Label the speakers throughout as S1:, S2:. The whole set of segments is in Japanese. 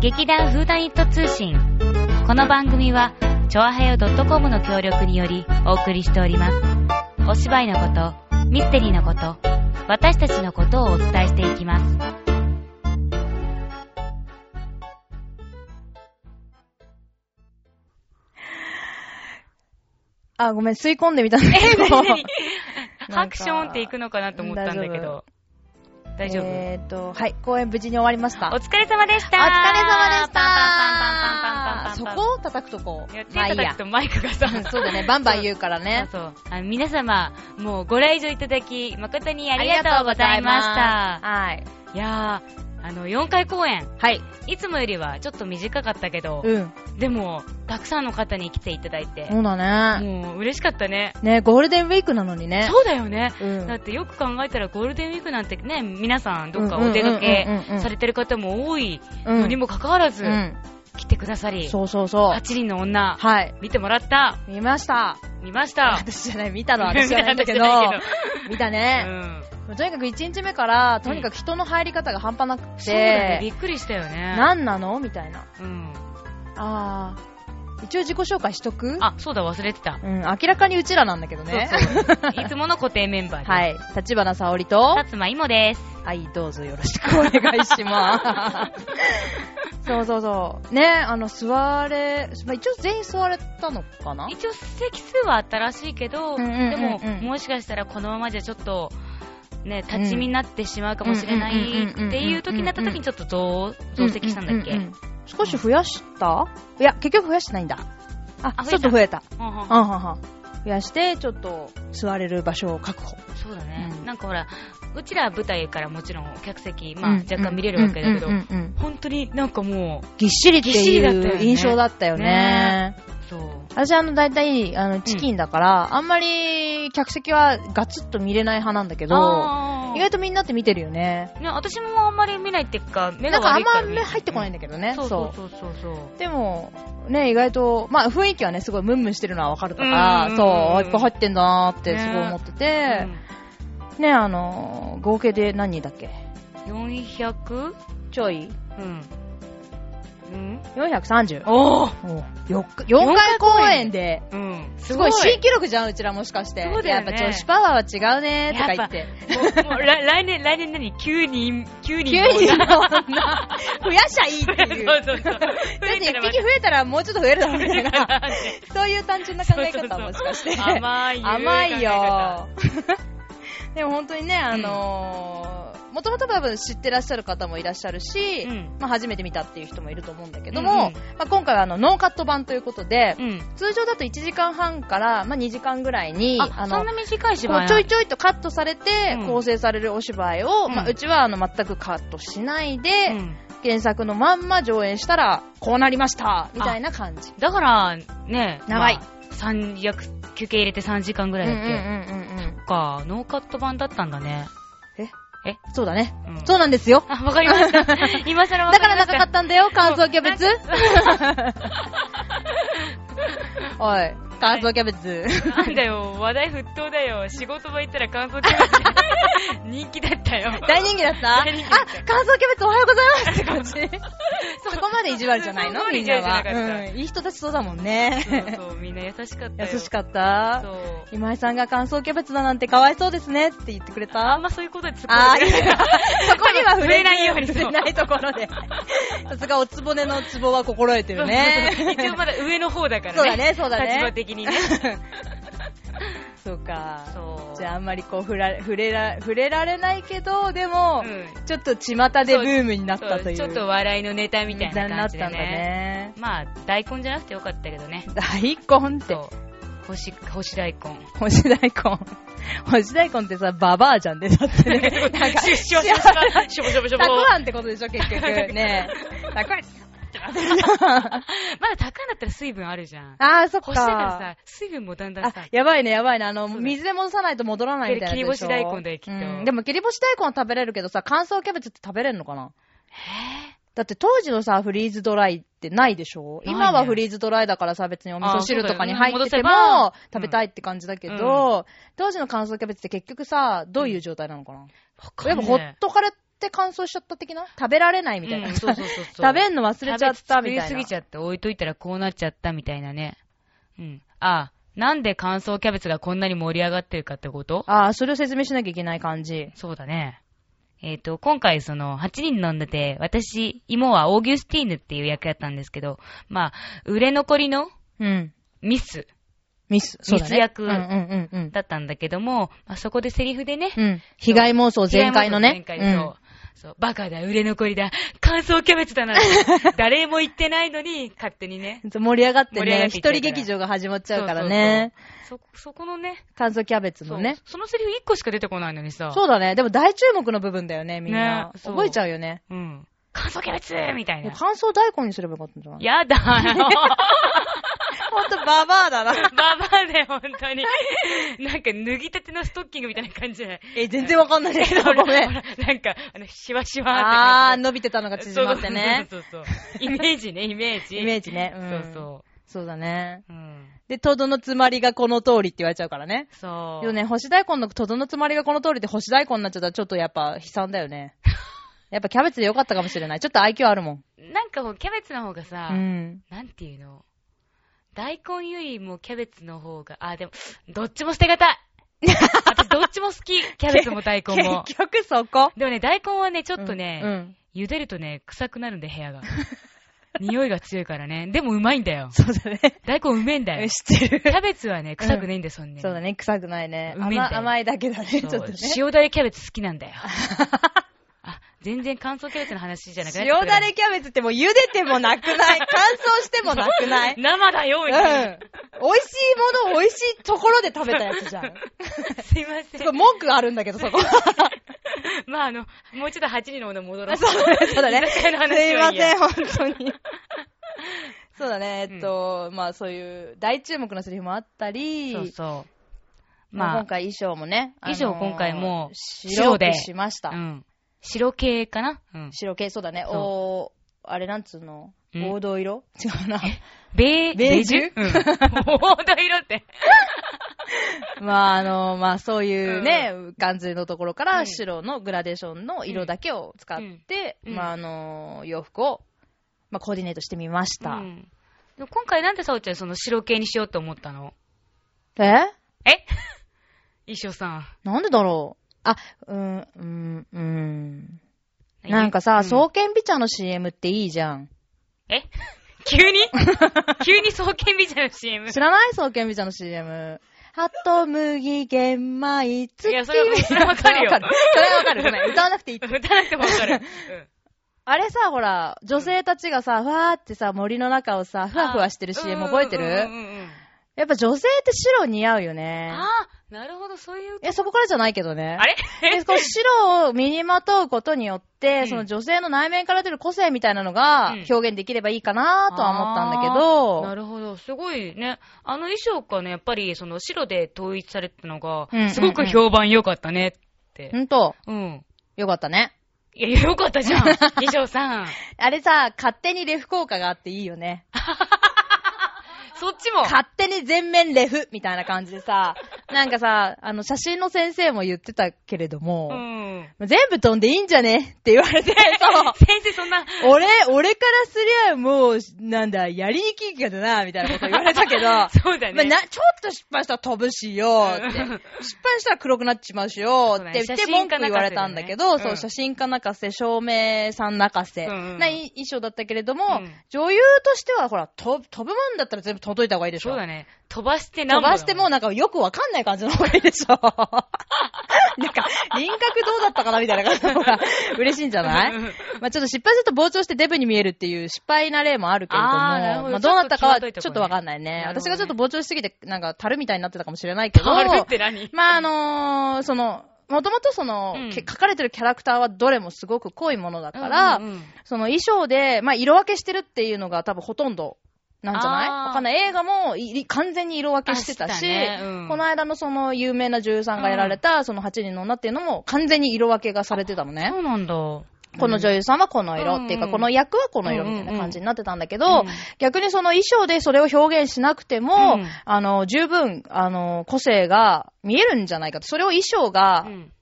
S1: 劇団フーダニット通信。この番組は、ちょあへよ .com の協力によりお送りしております。お芝居のこと、ミステリーのこと、私たちのことをお伝えしていきます。
S2: あ、ごめん、吸い込んでみたんだけど。
S1: ハクションっていくのかなと思ったんだけど。大丈夫。
S2: えーっと、はい、公演無事に終わりました。
S1: お疲れ様でした
S2: お疲れ様で
S1: パ
S2: し
S1: ンパンパンパンパンパンパンパンパ
S2: た
S1: ン
S2: そこを叩くとこ
S1: いや手
S2: まあいい
S1: 叩
S2: や
S1: く。とマイクがさ、
S2: うんそうだね、バンバン言うからね。
S1: そうそうあ皆様、もうご来場いただき、誠にありがとうございました。
S2: ありがとう
S1: いやー、あの、4回公演、
S2: ございます。
S1: いつもよりはちょっと短かったけど、
S2: はい。はい。うん。
S1: でも、たくさんの方に来ていただいて、
S2: そうだね。
S1: もう嬉しかったね。
S2: ね、ゴールデンウィークなのにね。
S1: そうだよね。
S2: う
S1: だっ
S2: ん。
S1: てよく考えたらゴールデンウィークなんてね、皆さんどっかお出かけ
S2: うんうんうんうんうんうん
S1: されてる方も多い
S2: うん
S1: のにもかかわらず
S2: う、ん。
S1: 来てくださり、
S2: そうそうそう
S1: 8。人の女、
S2: はい。
S1: 見てもらった、
S2: 見ました。
S1: 見ました。
S2: 私じゃない、見たのは私じゃないんだけど
S1: 見。たのは私じゃない
S2: 見た
S1: け
S2: ね
S1: ど。うん
S2: とにかく1日目から、とにかく人の入り方が半端なく
S1: そうだね、び
S2: て、
S1: っくりしたよね。
S2: 何なのみたいな。
S1: うん。
S2: あー。一応自己紹介しとく
S1: あ、そうだ、忘れてた。
S2: うん、明らかにうちらなんだけどね。
S1: そうそういつもの固定メンバーです。
S2: はい。立花沙織と、
S1: 薩摩いもです。
S2: はい、どうぞよろしくお願いし ます。そうそうそう。ね、あの、座れ、まあ、一応全員座れたのかな
S1: 一応、席数はあったらしいけど、
S2: うんうんうんうん
S1: でも、もしかしたらこのままじゃちょっと、ね、立ち見になってしまうかもしれな
S2: うん
S1: い
S2: うんうんうんうんうんうん
S1: っていう時になった時にちょっと増増席したんだっけ、
S2: ううううん少し増やしたいや、結局増やしてないんだ。あ、
S1: あ
S2: ちょっと増えた。
S1: ほんほん
S2: うんうんうん増やして、ちょっと座れる場所を確保。
S1: そうだね、
S2: うん
S1: なんかほら、うちら舞台からもちろん客席、まあ、
S2: うん
S1: 若干見れるわけだけど、
S2: うんうんうんうん
S1: 本当になんかも
S2: ぎっしりって
S1: ぎっしりだったよ
S2: いう
S1: ね
S2: 印象だったよね
S1: ね。う、そう。
S2: 私あの、大体、あの、チキンだから、あんまり、客席はガツッと見れない派なんだけど、
S1: あー
S2: 意外とみんなって見てるよね。
S1: ね、私もあんまり見ないっていうか、目
S2: な
S1: が悪
S2: んかあん
S1: いか
S2: ま
S1: ら見
S2: 目入ってこないんだけどね、
S1: そう
S2: そ
S1: そうそうそうそう。
S2: う。でも、ね、意外と、まあ雰囲気はね、すごいムンムンしてるのはわかるか
S1: うん
S2: ら、
S1: うん
S2: そう、
S1: うん
S2: あいっぱい入ってんだなーってすごい思ってて、ね、あの、合計で何人だっけ
S1: うん、400?
S2: ちょい
S1: うん。うん、
S2: ?430。
S1: おー
S2: おうよっ4回公演で、
S1: うん、
S2: すごい新記録じゃん、うちらもしかして。
S1: そうだよね
S2: やっぱ女子パワーは違うねーとか言って。
S1: もうもう来来年、来年何 ?9 人、9人。
S2: 9人の女、増やしゃいい っていう。だ
S1: そうそうそう。 だ
S2: って一匹増えたらもうちょっと増えるだろうみたいな。そういう単純な考え方もしかして。
S1: 甘いよ。
S2: 甘い
S1: 考
S2: よ。 でも本当にね、あのー、もともと多分知ってらっしゃる方もいらっしゃる
S1: え
S2: し、
S1: 方。うん。
S2: まあ初めて見たっていう人もいると思うんだけ
S1: け
S2: ども、まあ今回はあのノーカット版ということで、
S1: うん。
S2: 通常だと1時間半から、まあ、2時間ぐらいに、
S1: あ、
S2: あ
S1: そん
S2: の、
S1: な短い
S2: こ
S1: 芝
S2: う
S1: 居
S2: ちょいちょいとカットされて
S1: うん
S2: 構成されるお芝居を、う
S1: うん
S2: まあ、うちはあの全くカットしないで、
S1: うん
S2: 原作のまんま上演したら、こうなりましたみたいな感じ。
S1: だから、ね、
S2: 長い
S1: まあ三約休憩入れて3時間ぐ
S2: うん
S1: ら
S2: う
S1: い
S2: んう
S1: だっけ。
S2: んうん
S1: か、ノーカット版だったんだね。
S2: うんそうだね。
S1: うん
S2: そうなんですよ。
S1: あ、わかりま した。今更わ
S2: だか
S1: かりまし
S2: ら
S1: た。
S2: 長かったんだよ、乾燥キャ ベツ。おい、乾燥キャベツ。
S1: なんだよ、話題沸騰だよ。仕事場行ったら乾燥キャベ ツ人気だったよ。
S2: 大人気だったあ、
S1: 大
S2: 乾
S1: 人
S2: 燥
S1: 気だった
S2: キャベツおはようございますって感じ。そこまで意地悪じゃない
S1: そ
S2: の
S1: こまで
S2: み
S1: 意
S2: ん
S1: 地
S2: な
S1: 悪じゃな
S2: は
S1: かった。
S2: うんいい人たちそうだもん
S1: そう
S2: ね。
S1: そう、みんな優しかったよ。
S2: 優し
S1: っ
S2: かっ
S1: そ
S2: た
S1: う。
S2: 今井さんが乾燥キャベツだなんてかわいそうですねって言ってくれ
S1: あ
S2: た
S1: んまそういうことで突っ込ん
S2: ああ、い
S1: で
S2: い
S1: くれ
S2: や そこには
S1: 触れないように
S2: 触れないところで。 さすがおつぼねのつぼは心得てる
S1: そうそうそう一応
S2: ね。
S1: まだ上の方だからね。
S2: そう だねそうだね
S1: 立場的にね。
S2: そうか。
S1: そう。
S2: じゃああんまりこう触ら触れら触れられないけど、でも、
S1: うん
S2: ちょっと巷でブームになったという。
S1: ちょっと笑いのネタみたいな感じで
S2: なったんだ
S1: ね。
S2: ね。
S1: まあ、大根じゃなくてよかったけどね。
S2: 大根って。
S1: そう。干し、干し 大根。
S2: 干し大根。干し大根ってさ、ババアじゃんで、だってね。 なんか、
S1: 出生しました。しょぼしょぼしょ
S2: たく
S1: ぼ。
S2: あんってことでしょ、結局。ね え。たくあん。
S1: まだ高いんだったら水分あるじゃん。
S2: ああ、そっか。
S1: 干してたらさ、水分もだんだん
S2: あ
S1: さ、、
S2: やばいね、やばいね。あの、
S1: そうだ
S2: 水で戻さないと戻らないみたいなやつでしょ。
S1: 切り干し大根だよきっと
S2: うんでも切り干し大根は食べれるけどさ、乾燥キャベツって食べれるのかなだって当時のさ、フリーズドライってないでしょ
S1: ないね
S2: 今はフリーズドライだからさ、別にお味噌汁とかに入ってても
S1: あそうだよね戻せば
S2: 食べたいって感じだけど、
S1: う
S2: 当時の乾燥キャベツって結局さ、どういう状態なのかな、
S1: わか
S2: やっ
S1: んね
S2: ぱほっとかれて乾燥しちゃった的な食べられないみたいな。
S1: うん
S2: 食
S1: そうそうそうそう。
S2: べんの忘れちゃったみ
S1: 食
S2: たい
S1: べ過ぎ
S2: な。
S1: ちゃって置いといたらこうなっちゃったみたいなね。うん。ああ、なんで乾燥キャベツがこんなに盛り上がってるかってこと
S2: ああ、それを説明しなきゃいけない感じ。
S1: そうだね。えっ、と、今回その8人飲んでて、私、芋はオーギュスティーヌっていう役やったんですけど、まあ、売れ残りの
S2: うん。
S1: ミス
S2: ミス。そうだね。
S1: 密約
S2: うんうんうんうん。
S1: だったんだけども、まあ、そこでセリフでね、
S2: うん。被害妄想全開のね。
S1: 前回そう。そうバカだ、売れ残りだ、乾燥キャベツだなんて、 誰も言ってないのに、勝手にね。
S2: うん。盛り上がって
S1: 盛り上が
S2: ね、
S1: ってい
S2: 一
S1: っちゃう
S2: 人
S1: から
S2: 劇場が始まっちゃうからね。
S1: そうそうそう。そ、そこのね、
S2: 乾燥キャベツのね
S1: そ。うそのセリフ1個しか出てこないのにさ。
S2: そうだね。でも大注目の部分だよね、みんな。
S1: ねそう
S2: 覚えちゃうよね。
S1: うん。乾燥キャベツみたいな。
S2: 乾燥大根にすればよかったんじゃない
S1: やだ よ。
S2: ほんとババアだな。
S1: ババアだよ、本当に。なんか、脱ぎたてのストッキングみたいな感じじゃない。
S2: え、全然わかんないんだけど、ごめ
S1: ほ
S2: ん。
S1: らなんか、あの、シワシ
S2: あ
S1: ワ
S2: ー、伸びてたのが
S1: って感じ。
S2: 縮まってね。
S1: そうそうそうそう。イメージね、イメージ。
S2: イメージね。うん
S1: そうそ
S2: そうだね。
S1: う。うん。
S2: で、トドのつまりがこの通りって言われちゃうからね。
S1: そう。
S2: でもね、干し大根のトドのつまりがこの通りで干し大根になっちゃったらちょっとやっぱ悲惨だ よね。やっぱキャベツでよかったかもしれない。ちょっと愛嬌あるもん。
S1: なんかほう、キャベツの方がさ、
S2: うん。
S1: なんていうの大根よりもキャベツの方が、あ、でも、どっちも捨てがたい 私どっちも好き。キャベツも大根も。
S2: 結局そこ
S1: でもね、大根はね、ちょっと
S2: うんう
S1: ね、
S2: ん。
S1: 茹でるとね、臭くなるんで、部屋 が。匂いが強いからね。でもうまいんだよ。
S2: そうだね。
S1: 大根うめえんだよ。
S2: 知ってる
S1: キ。ャベツはね、臭くねえんだよ、そんなに。
S2: そうだね、臭くないね。
S1: うめえんだ
S2: 甘
S1: よ
S2: 甘いだけだね、ちょ
S1: そ
S2: っ
S1: う。
S2: とね。
S1: 塩だれキャベツ好きなんだよ。あ、全然乾燥キャベツの話じゃなくなっちゃっ
S2: 塩
S1: た
S2: だれキャベツってもう茹でてもなくない。乾燥して もなくない。
S1: 生だよ、
S2: うん。
S1: み
S2: 美味
S1: たいな
S2: しいもの、美味しいところで食べたやつじゃん。
S1: すいません
S2: すごい。文句があるんだけど、 そこ。
S1: まあ、あの、もうちょっと8人のもの戻ろう。
S2: そうだね。そう だね。
S1: 居酒屋の話
S2: すいま
S1: はいいや
S2: せん、本当に。 そうだね、えっと、まあそういう大注目のセリフもあったり、
S1: そうそう。
S2: まあ、
S1: ま
S2: 今回衣装もね、あのー
S1: 衣装今回も
S2: 白
S1: 白で
S2: くしまし
S1: あ、
S2: た。
S1: うん。白系かなうん。
S2: 白系、そうだね、
S1: そう
S2: おーあれなんつうの
S1: うん
S2: 黄土色違うな。
S1: ベー、
S2: ベージュ
S1: うん。黄土色って。
S2: まあ、あの、まあ、そういうね、感じのところから、白のグラデーションの色だけを使って、
S1: うんうん
S2: まあ、あの、洋服を、まあ、コーディネートしてみました。
S1: うんでも今回なんでさおちゃんその白系にしようと思ったの
S2: え
S1: え衣装さん。
S2: なんでだろうあ、うん、うん、うん。なんかさ、
S1: う
S2: 双剣美茶の CM っていいじゃ ん。
S1: え急に急に双剣美女の CM。
S2: 知らない双剣美茶の CM。ハト麦玄米月
S1: いやそれはそれはわかるよ
S2: それはわかる。ごめん。歌わなくていい。
S1: 歌わなくてもわかる。
S2: あれさ、ほら、女性たちがさ、ふわーってさ、森の中をさ、ふわふわしてる CM 覚えてる
S1: る
S2: やっぱ女性って白似合うよね。
S1: ああ、なるほど、そういう。
S2: いや、そこからじゃないけどね
S1: あ。れ
S2: でこう白を身にまとうことによって、
S1: うん
S2: その女性の内面から出る個性みたいなのが
S1: うん
S2: 表現できればいいかなとは思ったんだけ
S1: な
S2: ど、
S1: るほど。すごいね。あの衣装がね、やっぱり、その白で統一されてたのが
S2: うんうんう、ん
S1: すごく評判良かったねって。
S2: ほんと、
S1: うん。
S2: よかったね。
S1: いや、良かった じゃん。衣装さん。
S2: あれさ、勝手にレフ効果があっていいよね。
S1: そっちも。
S2: 勝手に全面レフみたいな感じでさ、なんかさ、あの写真の先生も言ってたけれども、
S1: うん。
S2: 全部飛んでいいんじゃねって言われ て、そう。
S1: 先生、そんな、
S2: 俺、俺からすりゃもう、なんだ、やりにくいけどな、みたいなこと言われたけど、
S1: そうだ
S2: ま
S1: ね。
S2: あなちょっと失敗したら飛ぶしよ、って。失敗したら黒くなっちまうしよ、って言っ
S1: そう
S2: て
S1: だね
S2: 文句言われたんだけど、
S1: 写真家泣かせだ
S2: そ
S1: よねうん
S2: う、写真家泣かせ、照明さん泣かせ、
S1: うんうん
S2: な衣装だったけれども、
S1: うん
S2: 女優としてはほら、飛ぶ飛ぶもんだったら全部届いた方がいいでしょ。
S1: そうだね。飛ばして
S2: 飛
S1: 何本
S2: ばしてもうなんかよくわかんない感じの方がいいでしょ。 なんか、輪郭どうだったかなみたいな感じの方 が嬉しいんじゃないまあちょっと失敗すると膨張してデブに見えるっていう失敗な例もあるけれども、
S1: あーなるほど
S2: まあどうなったかは
S1: ちょっと際どいとこね
S2: ちょっとわかんないね。
S1: なるほどね
S2: 私がちょっと膨張しすぎて、なんか樽みたいになってたかもしれないけど、
S1: あるって何
S2: まああのーその、もともとその、
S1: うん
S2: け書かれてるキャラクターはどれもすごく濃いものだから、
S1: うんうんうん
S2: その衣装で、まあ、色分けしてるっていうのが多分ほとんどなんじゃない
S1: あー
S2: わかんない。映画もいい完全に色分けしてた
S1: あし
S2: し、
S1: たねうん
S2: この間のその有名な女優さんがやられた、その8人の女っていうのも完全に色分けがされてたのね
S1: そ。うなんだ。
S2: この女優さんはこの色っていうか、
S1: うん
S2: この役はこの色みたいな感じになってたんだけど、
S1: うん
S2: 逆にその衣装でそれを表現しなくて
S1: う
S2: も、
S1: ん
S2: あの、十分、あの、個性が見えるんじゃないかと。それを衣装が
S1: うん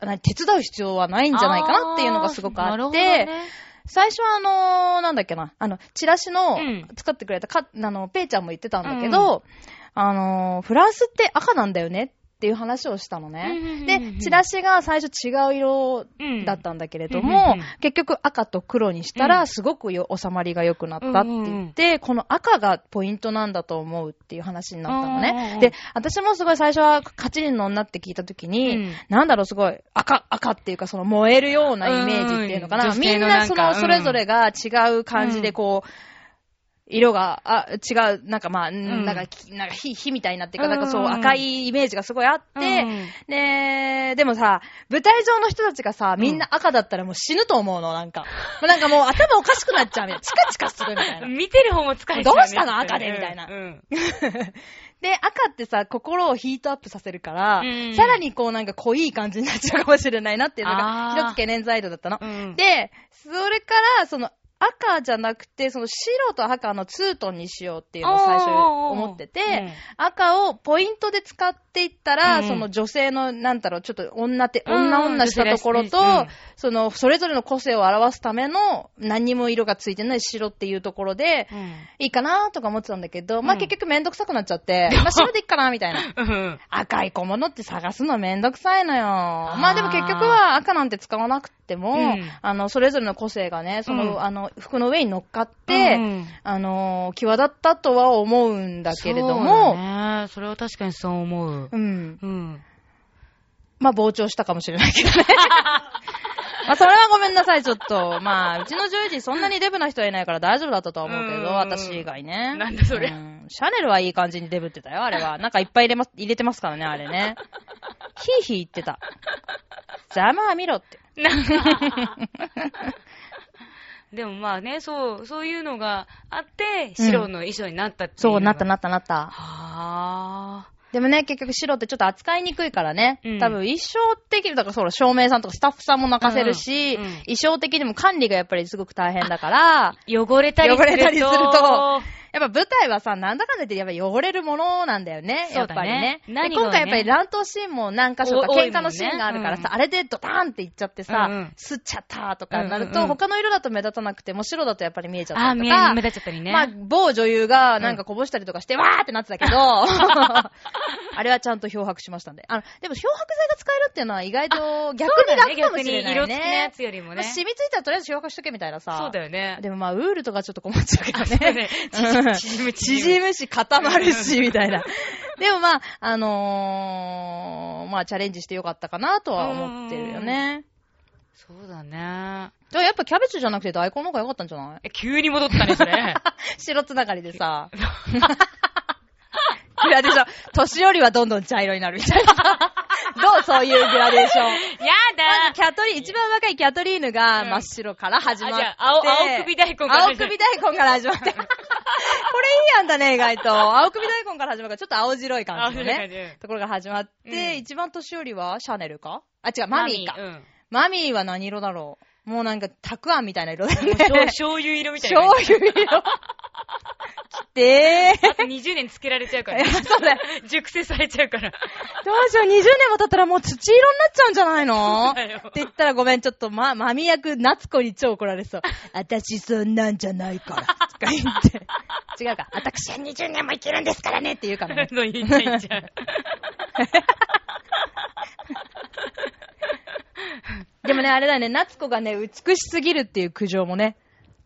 S2: な手伝う必要はないんじゃないかなっていうのがすごくあ
S1: なる
S2: っ
S1: ほど
S2: て、
S1: ね
S2: 最初はあのーなんだっけな、あの、チラシの
S1: うん
S2: 作ってくれたか、あの、ペイちゃんも言ってたんだけど、あのーフランスって赤なんだよねっていう話をしたのね。で、チラシが最初違う色
S1: シ
S2: だったんだけれど
S1: うんうん
S2: も、
S1: うん
S2: 結局赤と黒にした
S1: う
S2: ら
S1: ん
S2: すごくよ収まりが良くなったって言って、この赤がポイントなんだと思うっていう話になったの
S1: うんうんうん
S2: ね。で、私もすごい最初は8人の女って聞いた時に、
S1: うん
S2: なんだろうすごい赤、赤っていうかその燃えるようなイメージっていうのかな。
S1: うんうん
S2: みん
S1: 女
S2: な
S1: 性の
S2: そ
S1: なん
S2: の
S1: か
S2: それぞれが違う感じでこう、色が、あ、違う、なんかまあ、
S1: ん
S2: なんかき、なんか火、火みたいになってるか、
S1: うんう
S2: なんん
S1: うん
S2: かそう赤いイメージがすごいあって、
S1: うん
S2: ねえ、でもさ、舞台上の人たちがさ、みんな赤だったらもう死ぬと思うの、なんか。なんかもう頭おかしくなっちゃうみたいな。チカチカするみたいな。
S1: 見てる方も疲れちゃうね。
S2: どうしたの赤でみたいな
S1: うん
S2: で、赤ってさ、心をヒートアップさせるから、
S1: うん
S2: さらにこうなんか濃い感じになっちゃうかもしれないなっていうの
S1: あー
S2: が、ひどく懸念材料だったの。
S1: うん。
S2: で、それから、その、赤じゃなくて、その白と赤のツートンにしようっていうのを最初思ってて、
S1: おーおーおーうん
S2: 赤をポイントで使っていったら、
S1: うん
S2: その女性の、なんだろう、ちょっと女って、
S1: うん
S2: 女女したところ
S1: 女
S2: と、
S1: 性らしいうん
S2: その、それぞれの個性を表すための、何にも色がついてない白っていうところで、いいかなとか思ってたんだけど、まあ
S1: うん
S2: 結局めんどくさくなっちゃ って、まあ白でいいかなみたいな。
S1: うん。
S2: 赤い小物って探すのめんどくさいのよ。
S1: ー
S2: まあでも結局は赤なんて使わなくても、
S1: うん
S2: あの、それぞれの個性がね、その、
S1: うん
S2: あの、服の上に乗っかっ
S1: で
S2: て、、あの、際立ったとは思うんだけれど
S1: そ
S2: も、
S1: うだね。それは確かにそう思う。
S2: うん。
S1: うん。
S2: まあ、膨張したかもしれないけど ね。まあ、それはごめんなさい、ちょっと。まあ、うちの獣医師そんなにデブな人はいないから大丈夫だったとは思うけ
S1: うん
S2: ど、私以外ね。
S1: なんだそりゃ
S2: うんシャネルはいい感じにデブってたよ、あ れは。なんかいっぱい入れます、入れてますからね、あれね。ヒーヒー言ってた。ざまあ見ろって。
S1: でもまあね、そう、そういうのがあって、白の衣装になったっていう。
S2: そう、なった
S1: っ
S2: なったなった。
S1: はあ。
S2: でもね、結局白ってちょっと扱いにくいからね。
S1: うん
S2: 多分衣装的に、だからそう、照明さんとかスタッフさんも泣かせるし、
S1: うんうん
S2: 衣装的にも管理がやっぱりすごく大変だから、
S1: 汚れたりすると。
S2: 汚れたりするとやっぱ舞台はさ、なんだかんだ言ってやっぱ汚れるものなんだよね。
S1: そう
S2: やっ
S1: だ
S2: ぱ
S1: ね
S2: りね。で
S1: 何がね
S2: 今回やっぱり乱闘シーンも何箇所か
S1: お多いもんね
S2: 喧嘩のシーンがあるからさ、
S1: うん
S2: あれでドターンっていっちゃってさ、
S1: うんうん
S2: すっちゃったとかな
S1: うん
S2: ると、
S1: うんうん
S2: 他の色だと目立たなくても白だとやっぱり見えちゃった
S1: ああ、
S2: りと
S1: 見え
S2: か。
S1: 目立っちゃったりね。
S2: まあ、某女優がなんかこぼしたりとかして、わーってなってた けど、あれはちゃんと漂白しましたんで。あの、でも漂白剤が使えるっていうのは意外と逆に楽かもしれない
S1: そ
S2: ね。
S1: うだね逆に色付きのやつよりもね
S2: まあ染みついたらとりあえず漂白しとけみたいなさ。
S1: そうだよね。
S2: でもまあ、ウールとかちょっと困っちゃうけど
S1: そう
S2: ね
S1: ね。
S2: うん
S1: 縮む縮む
S2: 縮むし、固まるし、みた いな。でもまあ、あのーまあ、チャレンジしてよかったかなとは思ってるよね。
S1: そうだね。
S2: じゃあやっぱキャベツじゃなくて大根の方がよかったんじゃない
S1: え、急に戻ったね、そ れ。
S2: 白つながりで さ。グラデーション。年寄りはどんどん茶色になるみたいな。どうそういうグラデーション。
S1: や
S2: まず
S1: だ
S2: キャトリー、一番若いキャトリーヌが
S1: うん
S2: 真っ白から始まって。
S1: あじゃあ青青首大根から
S2: 青首大根から始まって。こ れいいやん だね、意外と。青首大根から始まるから、ちょっと青白い感
S1: 青
S2: じの
S1: 白い感じう
S2: ね
S1: ん。
S2: ところが始まっ
S1: うん
S2: て、一番年寄りはシャネルかあ、違う、マミー
S1: う
S2: か。
S1: ん。
S2: マミーは何色だろうもうなんか、たくあんみたいな色だよ
S1: もう
S2: ね。
S1: 醤醤油色みたいな
S2: 醤
S1: 感じ。
S2: 油色。きてー。
S1: あと20年つけられちゃうか
S2: いや
S1: ら。
S2: そうだよ。
S1: 熟成されちゃうから。
S2: どうしよう、20年も経ったらもう土色になっちゃうんじゃないの
S1: そうだよ
S2: って言ったらごめん、ちょっとま、マミ役、夏子に超怒られそう。私そんなんじゃないから。とか言って。違うか。私は20年も生きるんですからねって言うからね。
S1: どんどん言っちゃいっちゃう。
S2: でもね、あれだよね、夏子がね、美しすぎるっていう苦情もね、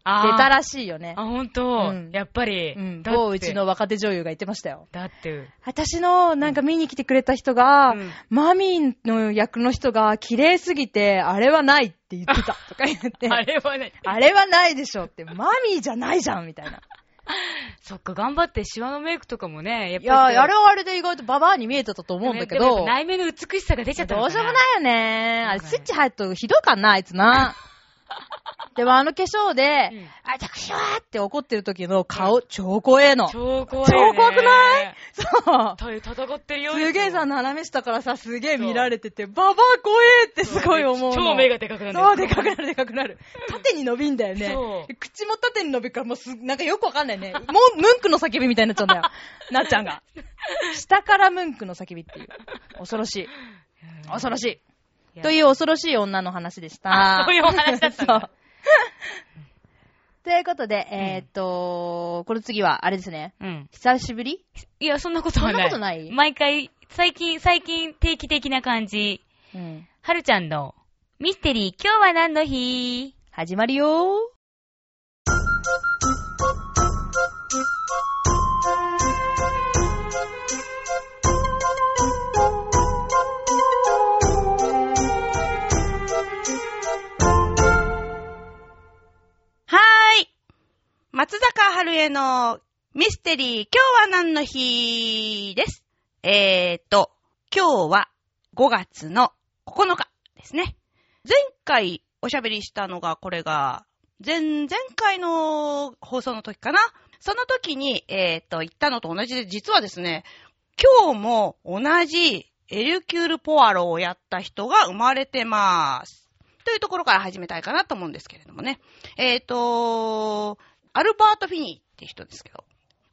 S2: 出
S1: ー
S2: たらしいよね
S1: あ、。ほんと
S2: うん
S1: やっぱり。
S2: うん。
S1: だって
S2: 某うちの。若手女優が言ってましたよ。
S1: だって。
S2: 私のなんか見に来てくれた人が、
S1: うん
S2: マミーの役の人が綺麗すぎて、あれはないって言 ってた。とか言って。
S1: あれはね。
S2: あれはないでしょって、マミーじゃないじゃんみ たいな。
S1: そっか、頑張ってシワのメイクとかもね、やっ
S2: い
S1: ぱりさ。
S2: や、あれはあれで意外とババアに見えてたと思うんだ
S1: で
S2: け
S1: もや
S2: ど、
S1: っぱ内面の美しさが出ちゃった
S2: どうしようも
S1: い。
S2: ないよね。あれ、
S1: そうだね
S2: スイッチ入るとひどいかんな、あいつ な。でもあの化粧で、
S1: うん
S2: あ、たくしはって怒ってる時の顔、超怖えの。そう。
S1: 超怖いよね。
S2: 超怖くない
S1: という戦ってるよ。
S2: すげえさ、
S1: な
S2: 斜め下からさ、すげえ見られてて、ババア怖えってすごい思うの。
S1: 超目がでかくなる。
S2: そう、でかくなる、でかくなる。縦に伸びんだよね
S1: そ。
S2: 口も縦に伸びるから、もうす、なんかよくわかんないね。もう、ムンクの叫びみたいになっちゃうん だよ。なっちゃんが。下からムンクの叫びっていう。恐ろしい。恐ろしい。
S1: や
S2: という恐ろしい女の話でし
S1: あ
S2: た。
S1: そういうお話だったん
S2: そ
S1: だ
S2: う。ということで、えーっと、この次は、あれですね。
S1: うん。
S2: 久しぶり
S1: いや、そんなことはない。
S2: そんなことない
S1: 毎回、最近、最近、定期的な感じ。
S2: うん。
S1: はるちゃんの、ミステリー、今日は何の日
S2: 始まるよー。
S3: はーい。松坂春江のミステリー、今日は何の日です。えーと、今日は5月の9日ですね。前回おしゃべりしたのが、これが、前々回の放送の時かな。その時に、えーと、言ったのと同じで、実はですね、今日も同じエルキュール・ポアロをやった人が生まれてます。というところから始めたいかなと思うんですけれどもね。えっ、と、アルバート・フィニーって人ですけど、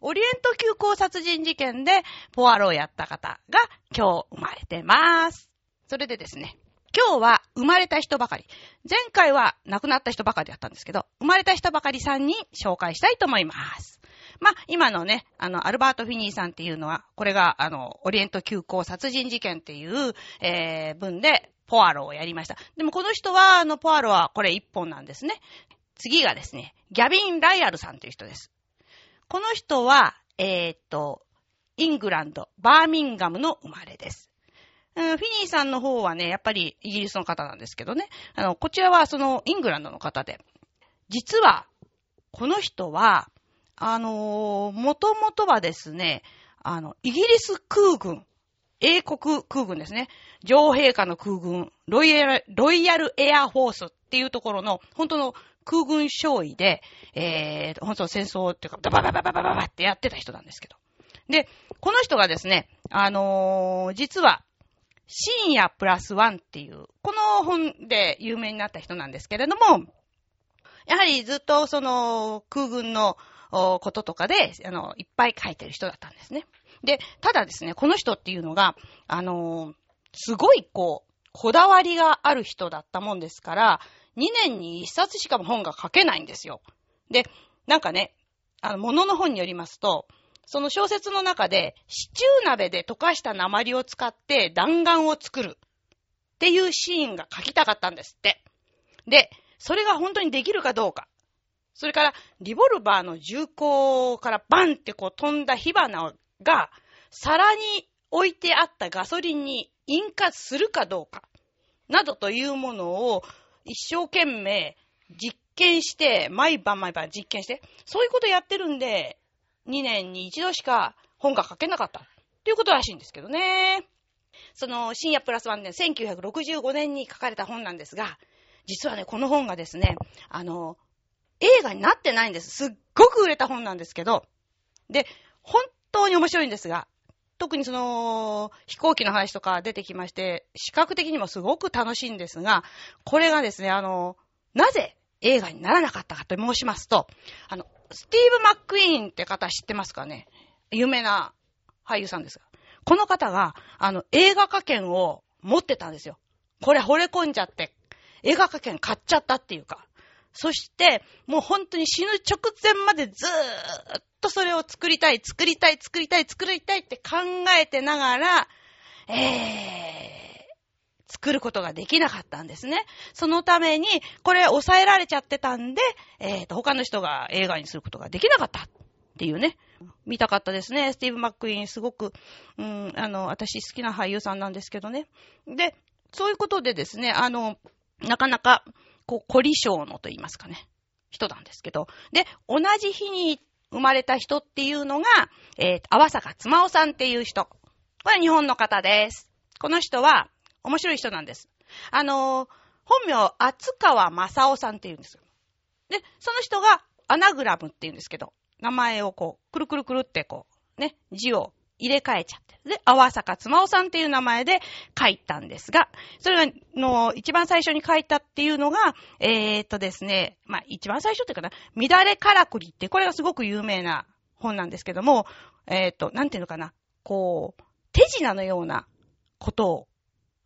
S3: オリエント急行殺人事件でポアロをやった方が今日生まれてます。それでですね、今日は生まれた人ばかり。前回は亡くなった人ばかりだったんですけど、生まれた人ばかりさんに紹介したいと思います。まあ、今のね、あの、アルバート・フィニーさんっていうのは、これが、あの、オリエント急行殺人事件っていう、えー、文で、ポアロをやりました。でもこの人は、あの、ポアロはこれ一本なんですね。次がですね、ギャビン・ライアルさんという人です。この人は、えーっと、イングランド、バーミンガムの生まれです。うんフィニーさんの方はね、やっぱりイギリスの方なんですけどね、あの、こちらはそのイングランドの方で、実は、この人は、あのー、もともとはですね、あの、イギリス空軍、英国空軍ですね。女王陛下の空軍、ロイヤル、ロイヤルエアフォースっていうところの、本当の空軍少尉で、えー、本当の戦争っていうか、ダバババババババってやってた人なんですけど。で、この人がですね、あのー実は、深夜プラスワンっていう、この本で有名になった人なんですけれども、やはりずっとその空軍のおこととかで、あの、いっぱい書いてる人だったんですね。で、ただですね、この人っていうのが、あのーすごいこう、こだわりがある人だったもんですから、2年に1冊しか本が書けないんですよ。で、なんかね、あの、ものの本によりますと、その小説の中で、シチュー鍋で溶かした鉛を使って弾丸を作るっていうシーンが書きたかったんですって。で、それが本当にできるかどうか。それから、リボルバーの銃口からバンってこう飛んだ火花が、皿に置いてあったガソリンに引火するかどうか、などというものを一生懸命実験して、毎晩毎晩実験して、そういうことやってるんで、2年に一度しか本が書けなかった、ということらしいんですけどね。その、深夜プラスワンで1965年に書かれた本なんですが、実はね、この本がですね、あの、映画になってないんです。すっごく売れた本なんですけど、で、本当に面白いんですが、特にその、飛行機の話とか出てきまして、視覚的にもすごく楽しいんですが、これがですね、あの、なぜ映画にならなかったかと申しますと、あの、スティーブ・マック・イーンって方知ってますかね有名な俳優さんですが。この方が、あの、映画化権を持ってたんですよ。これ惚れ込んじゃって、映画化権買っちゃったっていうか。そして、もう本当に死ぬ直前までずーっとそれを作りたい、作りたい、作りたい、作りたいって考えてながら、えー、作ることができなかったんですね。そのために、これ抑えられちゃってたんで、えーと、他の人が映画にすることができなかったっていうね。見たかったですね。スティーブ・マック・イーン、すごく、うん、あの、私好きな俳優さんなんですけどね。で、そういうことでですね、あの、なかなか、こう、凝り性のと言いますかね、人なんですけど、で、同じ日に生まれた人っていうのが、えー、淡坂つまおさんっていう人。これは日本の方です。この人は、面白い人なんです。あのー本名、厚川正夫さんっていうんですよ。で、その人が、アナグラムっていうんですけど、名前をこう、くるくるくるってこう、ね、字を入れ替えちゃって。で、淡坂つまおさんっていう名前で書いたんですが、それが、の、一番最初に書いたっていうのが、えー、っとですね、まあ、一番最初っていうかな、乱れからくりって、これがすごく有名な本なんですけども、えー、っと、なんていうのかな、こう、手品のようなことを、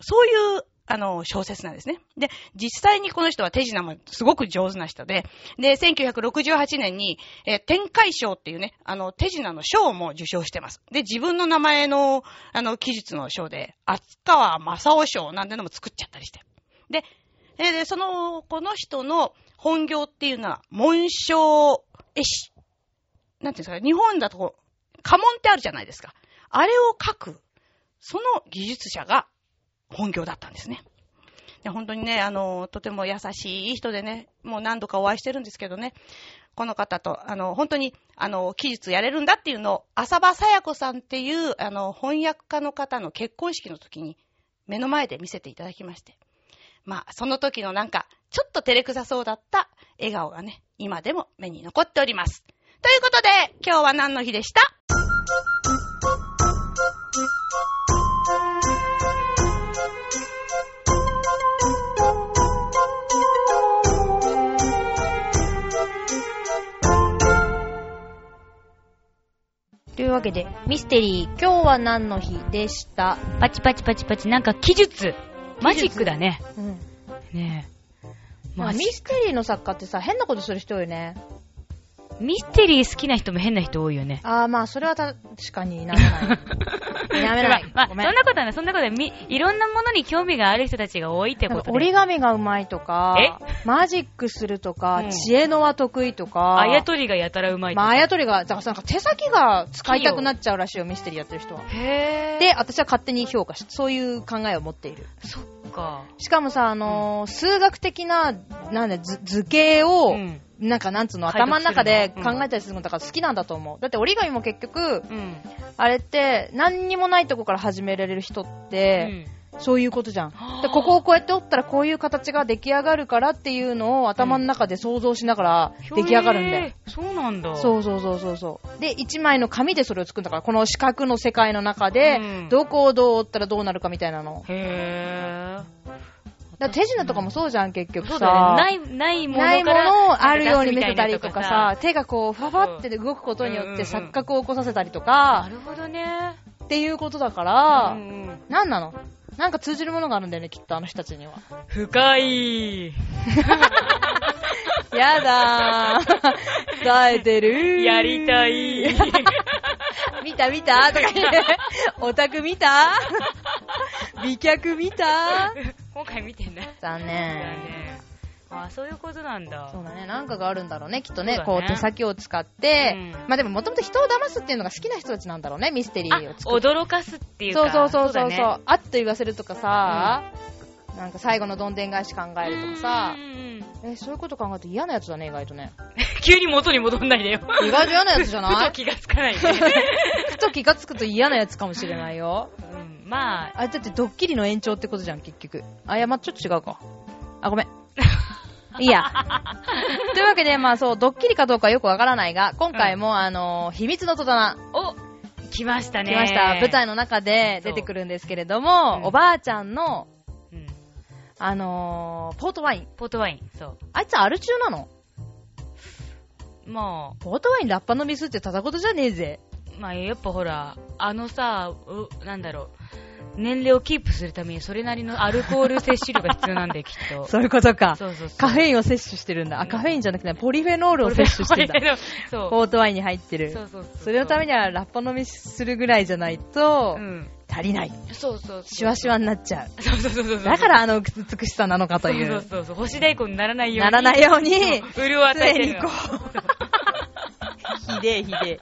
S3: そういうあの、小説なんですね。で、実際にこの人は手品もすごく上手な人で、で、1968年に、えー天海賞っていうね、あの、手品の賞も受賞してます。で、自分の名前の、あの、記述の賞で、厚川正夫賞なんてのも作っちゃったりして。で、えーでその、この人の本業っていうのは、紋章絵師。なんていうんですか、日本だとこう、家紋ってあるじゃないですか。あれを書く、その技術者が本業だったんですね。で本当にね、あの、とても優しい人でね、もう何度かお会いしてるんですけどね、この方と、あの、本当に、あの、技術やれるんだっていうのを、浅場さや子さんっていう、あの、翻訳家の方の結婚式の時に、目の前で見せていただきまして。まあ、その時のなんか、ちょっと照れくさそうだった笑顔がね、今でも目に残っております。ということで、今日は何の日でした
S2: というわけで、
S1: ミステリー、
S2: 今日は何の日でした。
S1: パチパチパチパチ、なんか技術。マジックだね。
S2: うん。
S1: ねえ。ま
S2: まあ、
S1: あ、
S2: ミ
S1: ミ
S2: ステリーの作家ってさ、変なことする人多いよね。
S1: ミステリー好きな人も変な人多いよね。
S2: ああ、まあ、それは確かにならない。 やめない。
S1: まあ、そ
S2: ご
S1: ん
S2: めん。
S1: なことはない、そんなことはみ、いろんなものに興味がある人たちが多いって
S2: な
S1: こ
S2: ん
S1: と
S2: か折
S1: で。
S2: り紙がうまいとか、マジックするとか、
S1: うん
S2: 知恵の輪得意とか、
S1: あやとりがやたらうまいと
S2: まあ、
S1: か。
S2: あやとりが、だからさなんか手先が使いたくなっちゃうらしいよ、ミステリーやってる人は。
S1: へ
S2: で、私は勝手に評価し、そういう考えを持っている。
S1: そっか。
S2: しかもさ、あのー数学的な、なんだ、図図形を、
S1: うん。
S2: なんかなんつうの、
S1: 解読
S2: 頭の中です
S1: るのうん
S2: 考えたりするのだから好きなんだと思う。だって折り紙も結局、
S1: うん。
S2: あれって、何にもないとこから始められる人って、そういうことじ ゃん。で、ここをこうやって折ったらこういう形が出来上がるからっていうのを頭の中で想像しながら
S1: うん
S2: 出来上がるんだよ。
S1: へーそうなんだ。。
S2: そううそうそうそうそう。で、一枚の紙でそれを作るんだから、この四角の世界の中で、
S1: うん
S2: どこをどう折ったらどうなるかみたいなの。
S1: へぇ
S2: だから手品とかもそうじゃん、結局
S1: そ
S2: さ。
S1: うだよね。ない、ないもの
S2: ないも
S1: から
S2: のをあるように見せたり
S1: なん
S2: と
S1: 出す
S2: か
S1: みいな
S2: さ、手がこう、ファファって動くことによって錯覚を起こさせたりとか
S1: な、るほどね。
S2: っていうことだか
S1: う
S2: ら、
S1: んうん
S2: なんなのなんか通じるものがあるんだよね、きっとあの人たちには。
S1: 深い。
S2: やだー。冴えてる
S1: やりた い。
S2: 見た見たとか言って。オタク見た美脚見た
S1: 今回見てない。
S2: 残
S1: だ
S2: 念。
S1: ね。あ、そういうことなんだ。
S2: そうだね、なんかがあるんだろうね、きっと
S1: そ
S2: ね
S1: う、だね
S2: こう手先を使って、
S1: うん
S2: まあでももともと人を騙すっていうのが好きな人たちなんだろうね、ミステリ
S1: あ
S2: ーを作る
S1: 驚かすっていう
S2: そ
S1: か。
S2: うそうそうそうそう、
S1: だね
S2: あっと言わせるとかさ、なんか最後のどんでん返し考えるとかさ
S1: う、んうんうん
S2: えそういうこと考えると嫌なやつだね意外とね
S1: 急に元に戻んないでよ。
S2: 意外と嫌なやつじゃ
S1: ふ
S2: な
S1: と
S2: い
S1: 気がつかないで。
S2: ふと気がつくと嫌なやつかもしれないよ
S1: うんまあ、
S2: あれだってドッキリの延長ってことじゃん結局あいやまあちょっと違うか あごめんいいや。というわけで、まあそう、ドッキリかどうかよくわからないが、今回も、あのー秘密の戸棚、
S1: お来ましたね。
S2: 来ました。舞台の中で出てくるんですけれども、
S1: うん
S2: おばあちゃんの、
S1: うん。
S2: あのーポートワイン。
S1: ポートワイン、そう。
S2: あいつアル中なの
S1: ま
S2: ポートワインラッパ飲みすってただことじゃねえぜ。
S1: あ、まあ、やっぱほら、あのさ、うなんだろう。年齢をキープするためにそれなりのアルコール摂取量が必要なんだよ、きっと。
S2: そういうことか。
S1: そうそうそう。
S2: カフェインを摂取してるんだ。あ、カフェインじゃなくて、ポリフェノールを摂取してんだ。
S1: そ
S2: ポートワインに入って
S1: う。
S2: る
S1: そ。うそうそう。
S2: それのためにはラッパ飲みするぐらいじゃないと
S1: う、ん。
S2: 足りない。
S1: そうそうそう。
S2: シワシワになっちゃう。
S1: そうそうそうそうそう。
S2: だからあの美しさなのかとい
S1: そう
S2: う。
S1: そうそう。星大根にならないよう
S2: な
S1: に。
S2: らないように、
S1: うるわた
S2: 常
S1: えて
S2: に
S1: る
S2: こ
S1: の。
S2: う。 ひでえひでえ。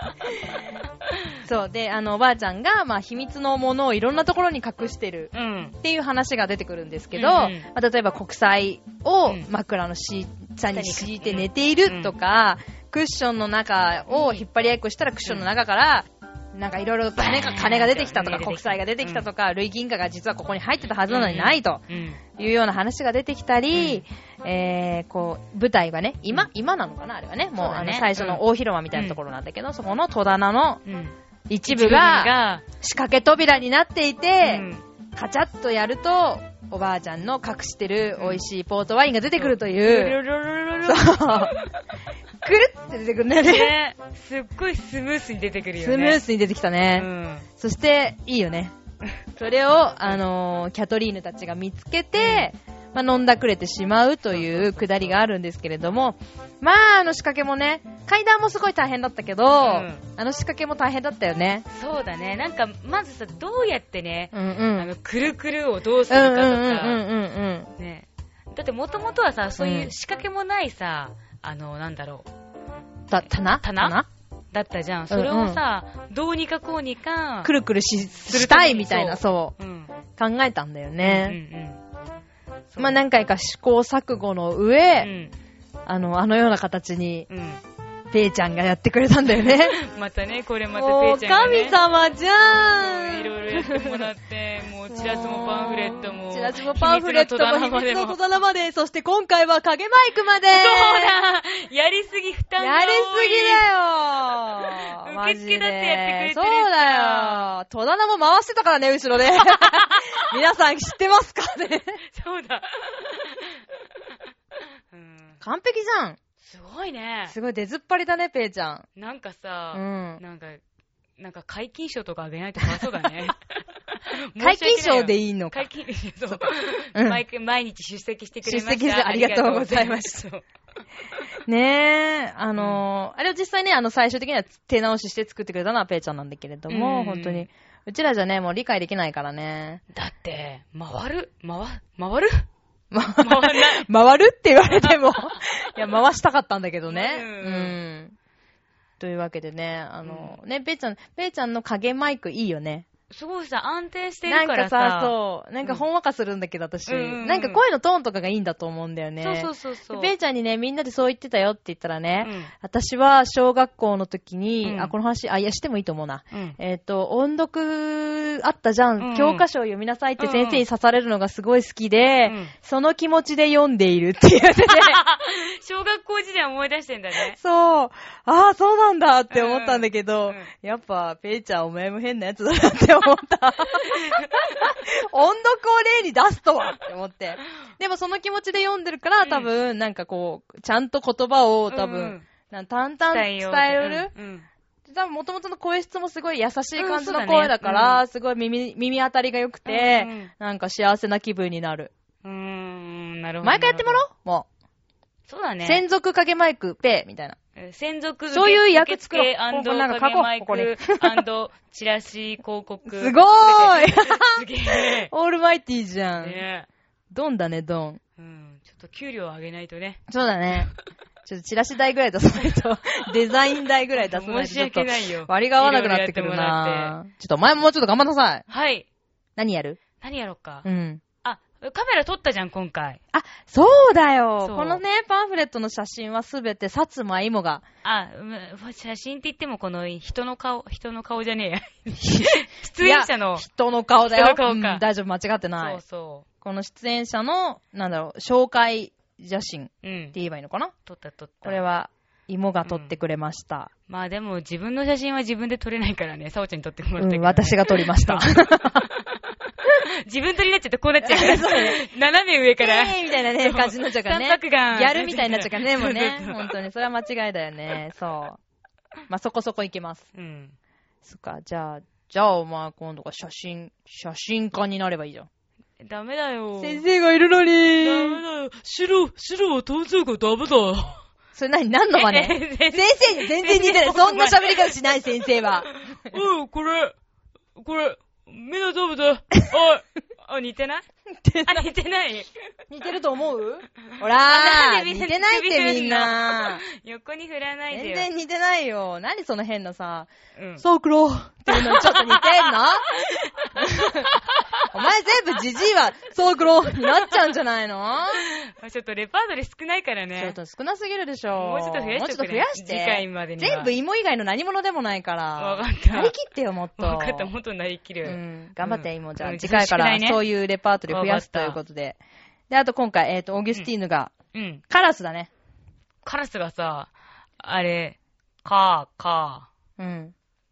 S2: そう。で、あの、おばあちゃんが、まあ、秘密のものをいろんなところに隠してる
S1: うん。
S2: っていう話が出てくるんですけど、
S1: うんうん
S2: まあ、例えば国債を
S1: うん
S2: 枕の下に敷いて寝ているとか、クッションの中を引っ張り合いっこしたらクッションの中から、なんかいろいろ金が
S1: バーン
S2: 金が出てきたと
S1: 金が出てき
S2: か、
S1: た
S2: 国債が出てきたとか、類銀貨が実はここに入ってたはずなのにないと
S1: うん。
S2: いうような話が出てきたり、えー、こう、舞台がね、今、今なのかなあれはね、もう
S1: そうだ
S2: あ
S1: ね
S2: の最初の大広間みたいなところなんだけど、そこの戸棚の
S1: うん。
S2: 一部が
S1: が、
S2: 仕掛け扉になっていて、
S1: うん
S2: カチャッとやると、おばあちゃんの隠してる美味しいポートワインが出てくるとい
S1: ル
S2: う。
S1: ルルルルル
S2: そう。くるって出てくるんだよね。
S1: ね、すっごいスムースに出てくるよね。
S2: スムースに出てきたね。
S1: うん。
S2: そして、いいよね。それを、あのーキャトリーヌたちが見つけて、まあ、飲んだくれてしまうというくだりがあるんですけれども、まあ、あの仕掛けもね、階段もすごい大変だったけど、あの仕掛けも大変だったよね。
S1: そうだね。なんか、まずさ、どうやってね、
S2: うんうん。
S1: あの、くるくるをどうす
S2: うん
S1: る
S2: う
S1: か
S2: ん
S1: と
S2: う
S1: か、
S2: んうんうん
S1: ね。だってもともとはさ、そういううん仕掛けもないさ、あの、なんだろう、
S2: うん。た、棚
S1: 棚だったじゃん。それをさ、どうにかこうにか、
S2: くるくるし、
S1: る
S2: したいみたいな、そう
S1: うん。
S2: 考えたんだ
S1: う
S2: よ
S1: んう
S2: ね。
S1: ん。
S2: まあ何回か試行錯誤の上、
S1: うん。
S2: あの、あのような形に、
S1: うん。
S2: ペイちゃんがやってくれたんだ よね。
S1: またね、これまた
S2: もう
S1: ペイちゃんが、ね。
S2: 神様じゃん
S1: いろいろやってもら って、もうチラシもパンフレットも。
S2: チラシもパンフレットも、秘密の戸
S1: そう
S2: 棚まで、そして今回は影マイクまで
S1: だやりすぎ負担が
S2: や
S1: 多い
S2: りすぎだよ
S1: 受付だってやってくれてる
S2: マジで
S1: か
S2: そう
S1: ら
S2: だよ戸棚も回してたからね、後ろで。 皆さん知ってますかね
S1: そうだ。うん。
S2: 完璧じゃん
S1: すごいね。
S2: すごい出ずっぱりだね、ペイちゃん。
S1: なんか
S2: う
S1: さ、
S2: ん。
S1: なんか、なんか解禁賞とかあげないとかわいそうだ ね。
S2: 解禁賞で
S1: い
S2: いいのか。
S1: 解 禁賞、そう。
S2: うん
S1: 毎回毎日出席してくれました。
S2: 出席してありがとうございま
S1: した。そう
S2: ねえ、あのーあれを実際ね、あの、最終的には手直しして作ってくれたのはペイちゃんなんだけれども、
S1: うん
S2: 本当に。うちらじゃね、もう理解できないからね。
S1: だって、回る回、回る
S2: ま
S1: 回らない。
S2: 回るって言われて も、いや、回したかったんだけどね。
S1: う
S2: うんん。というわけでね、あの、ね、ペイちゃん、ペイちゃんの影マイクいいよね。
S1: すごいさ、安定して
S2: な
S1: る
S2: ん
S1: から
S2: か
S1: さ。
S2: さ、そう、なんかほんわかするんだけど、私、
S1: うんうんうん
S2: なんか声のトーンとかがいいんだと思うんだよね。
S1: そうそうそうそう。
S2: でペイちゃんにね、みんなでそう言ってたよって言ったらね、
S1: うん
S2: 私は小学校の時に、
S1: うん
S2: あ、この話、あ、いや、してもいいと思うな。
S1: うん
S2: えっ、と、音読あったじゃん,、
S1: うんうん
S2: 教科書を読みなさいって先生に刺されるのがすごい好きで、
S1: うん
S2: その気持ちで読んでいるって 言ってね。
S1: 小学校時代思い出してんだね。
S2: そう、ああ、そうなんだって思ったんだけど、
S1: うんうん
S2: やっぱ、ペイちゃんお前も変なやつだなって思 った。音読を例に出すとはって思って。でもその気持ちで読んでるから、多分、なんかこう、ちゃんと言葉を多
S1: うんう
S2: 分
S1: ん、
S2: なん淡々伝
S1: よう
S2: える、
S1: うんうん
S2: 多分元々の声質もすごい優しい感
S1: うんそ
S2: じ
S1: うだ
S2: の
S1: ね
S2: 声だから、すごい耳、耳当たりが良くて、
S1: うんうん
S2: なんか幸せな気分になる。
S1: うーん、なるほど。
S2: 毎回やってもらおうも
S1: そうだ
S2: う。
S1: ね。
S2: 専属影マイク、ペイ、みたいな。
S1: えー専属
S2: そういう役作ろう
S1: 受付
S2: こうなんか書こう
S1: 影マイ
S2: ここに
S1: クチラシ広告。
S2: すごー い
S1: すげえ。
S2: オールマイティーじゃん。
S1: ね
S2: ドンだね、ドン。
S1: うん、ちょっと給料上げないとね。
S2: そうだ ね。ちょっとチラシ代ぐらい出さない と、デザイン代ぐらい出さないと。
S1: 申し訳ないよ
S2: 割が合わなくなってくるなちょっとお前ももうちょっと頑張んなさい。
S1: はい。
S2: 何やる
S1: 何やろうか。
S2: うん。
S1: あ、カメラ撮ったじゃん、今回。
S2: あ、そうだよ
S1: そう
S2: このね、パンフレットの写真はすべて、薩摩芋が、
S1: あ、うん写真って言ってもこの人の顔、人の顔じゃ ねえや。出演者
S2: いや
S1: の。
S2: 人の顔だよ。
S1: 人の顔か
S2: うん大丈夫、間違ってな
S1: そう
S2: い。
S1: そ
S2: この出演者の、なんだろう、紹介写真って
S1: う。うん。
S2: 言えばいいのかな
S1: 撮った撮った。
S2: これは、芋が撮ってくれました。
S1: まあでも自分の写真は自分で撮れないからね、さおちゃんに撮ってもらっ
S2: う
S1: た
S2: ん、
S1: けど、ね。
S2: 私が撮りました。
S1: 自分撮りになっちゃってこうなっちゃう から、斜め上から。
S2: えーみたいなね、感じになっちゃうからね。
S1: 三角眼
S2: ギャルみたいになっちゃうからね、もう
S1: そう
S2: ね
S1: そう。そう
S2: 本当に。それは間違いだよね。そう。まあ、そこそこいけます。
S1: うん。
S2: そっか、じゃあ、じゃあお前今度が写真、写真家になればいいじゃん。
S1: ダメだよ。
S2: 先生がいるの
S1: ダメ
S2: に
S1: だよ。白、白を通すがダメだ。
S2: それ何、何の真 似
S1: 先
S2: 先生に全然似てない。そんな喋り方しない、先生 は。
S1: うん、これ、これ、みんな食べて。 おい。あ、似てないあ、似てない。
S2: 似てると思 う
S1: な
S2: ほら
S1: んでみん
S2: ー似
S1: な
S2: てないってみん
S1: 首振るの
S2: な。
S1: 横に振らないで
S2: 全
S1: よ。
S2: 然似てないよ。何その変なさ、
S1: うん。
S2: そうくろっていうのにちょっ と似てんのお前全部じじいは、そうくろになっちゃうんじゃないの
S1: まあちょっとレパートリー少ないから
S2: ちょっ
S1: ね。
S2: と少なすぎるでしょ。
S1: もうちょっと増やして
S2: もうちょっと増やして。
S1: 次回までには
S2: 全部芋以外の何者でもないから。
S1: わかった
S2: 張り切ってよ、もっと。
S1: わかった、もっとなりきる。
S2: うん頑張って、
S1: うん
S2: 芋。じゃ
S1: う
S2: あ
S1: ん
S2: 次回から
S1: 宿題ね
S2: そういうレパートリー増やすということで。で、あと今回、えっと、オーギュスティーヌが、
S1: うん。
S2: カラスだね。
S1: カラスがさ、あれ、カー、カー
S2: うん。
S1: っ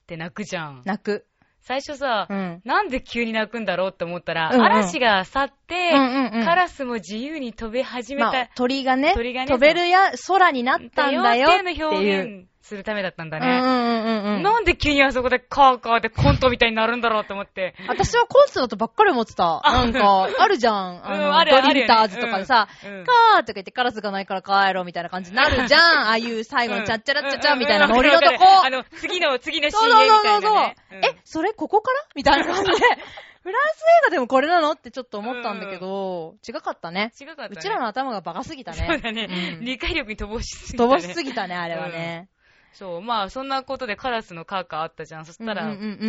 S1: て泣くじゃん。
S2: 泣く。
S1: 最初さ、
S2: うん。
S1: なんで急に泣くんだろうって思ったら、
S2: うんうん
S1: 嵐が去って、
S2: うんうんうん
S1: カラスも自由に飛び始め
S2: ま
S1: た
S2: あ、鳥がね、
S1: 鳥がね
S2: 飛べるや、空になったんだよ
S1: よ
S2: っ
S1: ってて
S2: い
S1: いうう。するためだったんだ
S2: うん
S1: ね。
S2: うんうんうん。
S1: なんで急にあそこでカーカーでコントみたいになるんだろうと思って。
S2: 私はコンスだとばっかり思ってた。なんか、あるじゃん。あ
S1: う
S2: の、
S1: んあるある
S2: ドリフターズとかでさ、
S1: あるよねうん
S2: カーとか言ってカラスがないから帰ろうみたいな感じになるじゃ ん。ああいう最後のチャッチャラッチャチャみたいなノリのとこ。
S1: あの、次の、次のシー
S2: そ
S1: ン
S2: う
S1: へ
S2: そう
S1: み
S2: そ
S1: たいうな
S2: うそそう。
S1: ね。
S2: え、それここからみたいな感 じで。フランス映画でもこれなのってちょっと思ったんだけど、違かったね。
S1: うん違かったね。
S2: うちらの頭がバカすぎた
S1: そう
S2: ね。
S1: だね。
S2: うん
S1: 理解力に乏しすぎた、
S2: 飛
S1: ね。
S2: ばしすぎたね、あれはね。
S1: そう、まあ、そんなことでカラスのカーカーあったじゃん。そしたら、
S2: うんうんうん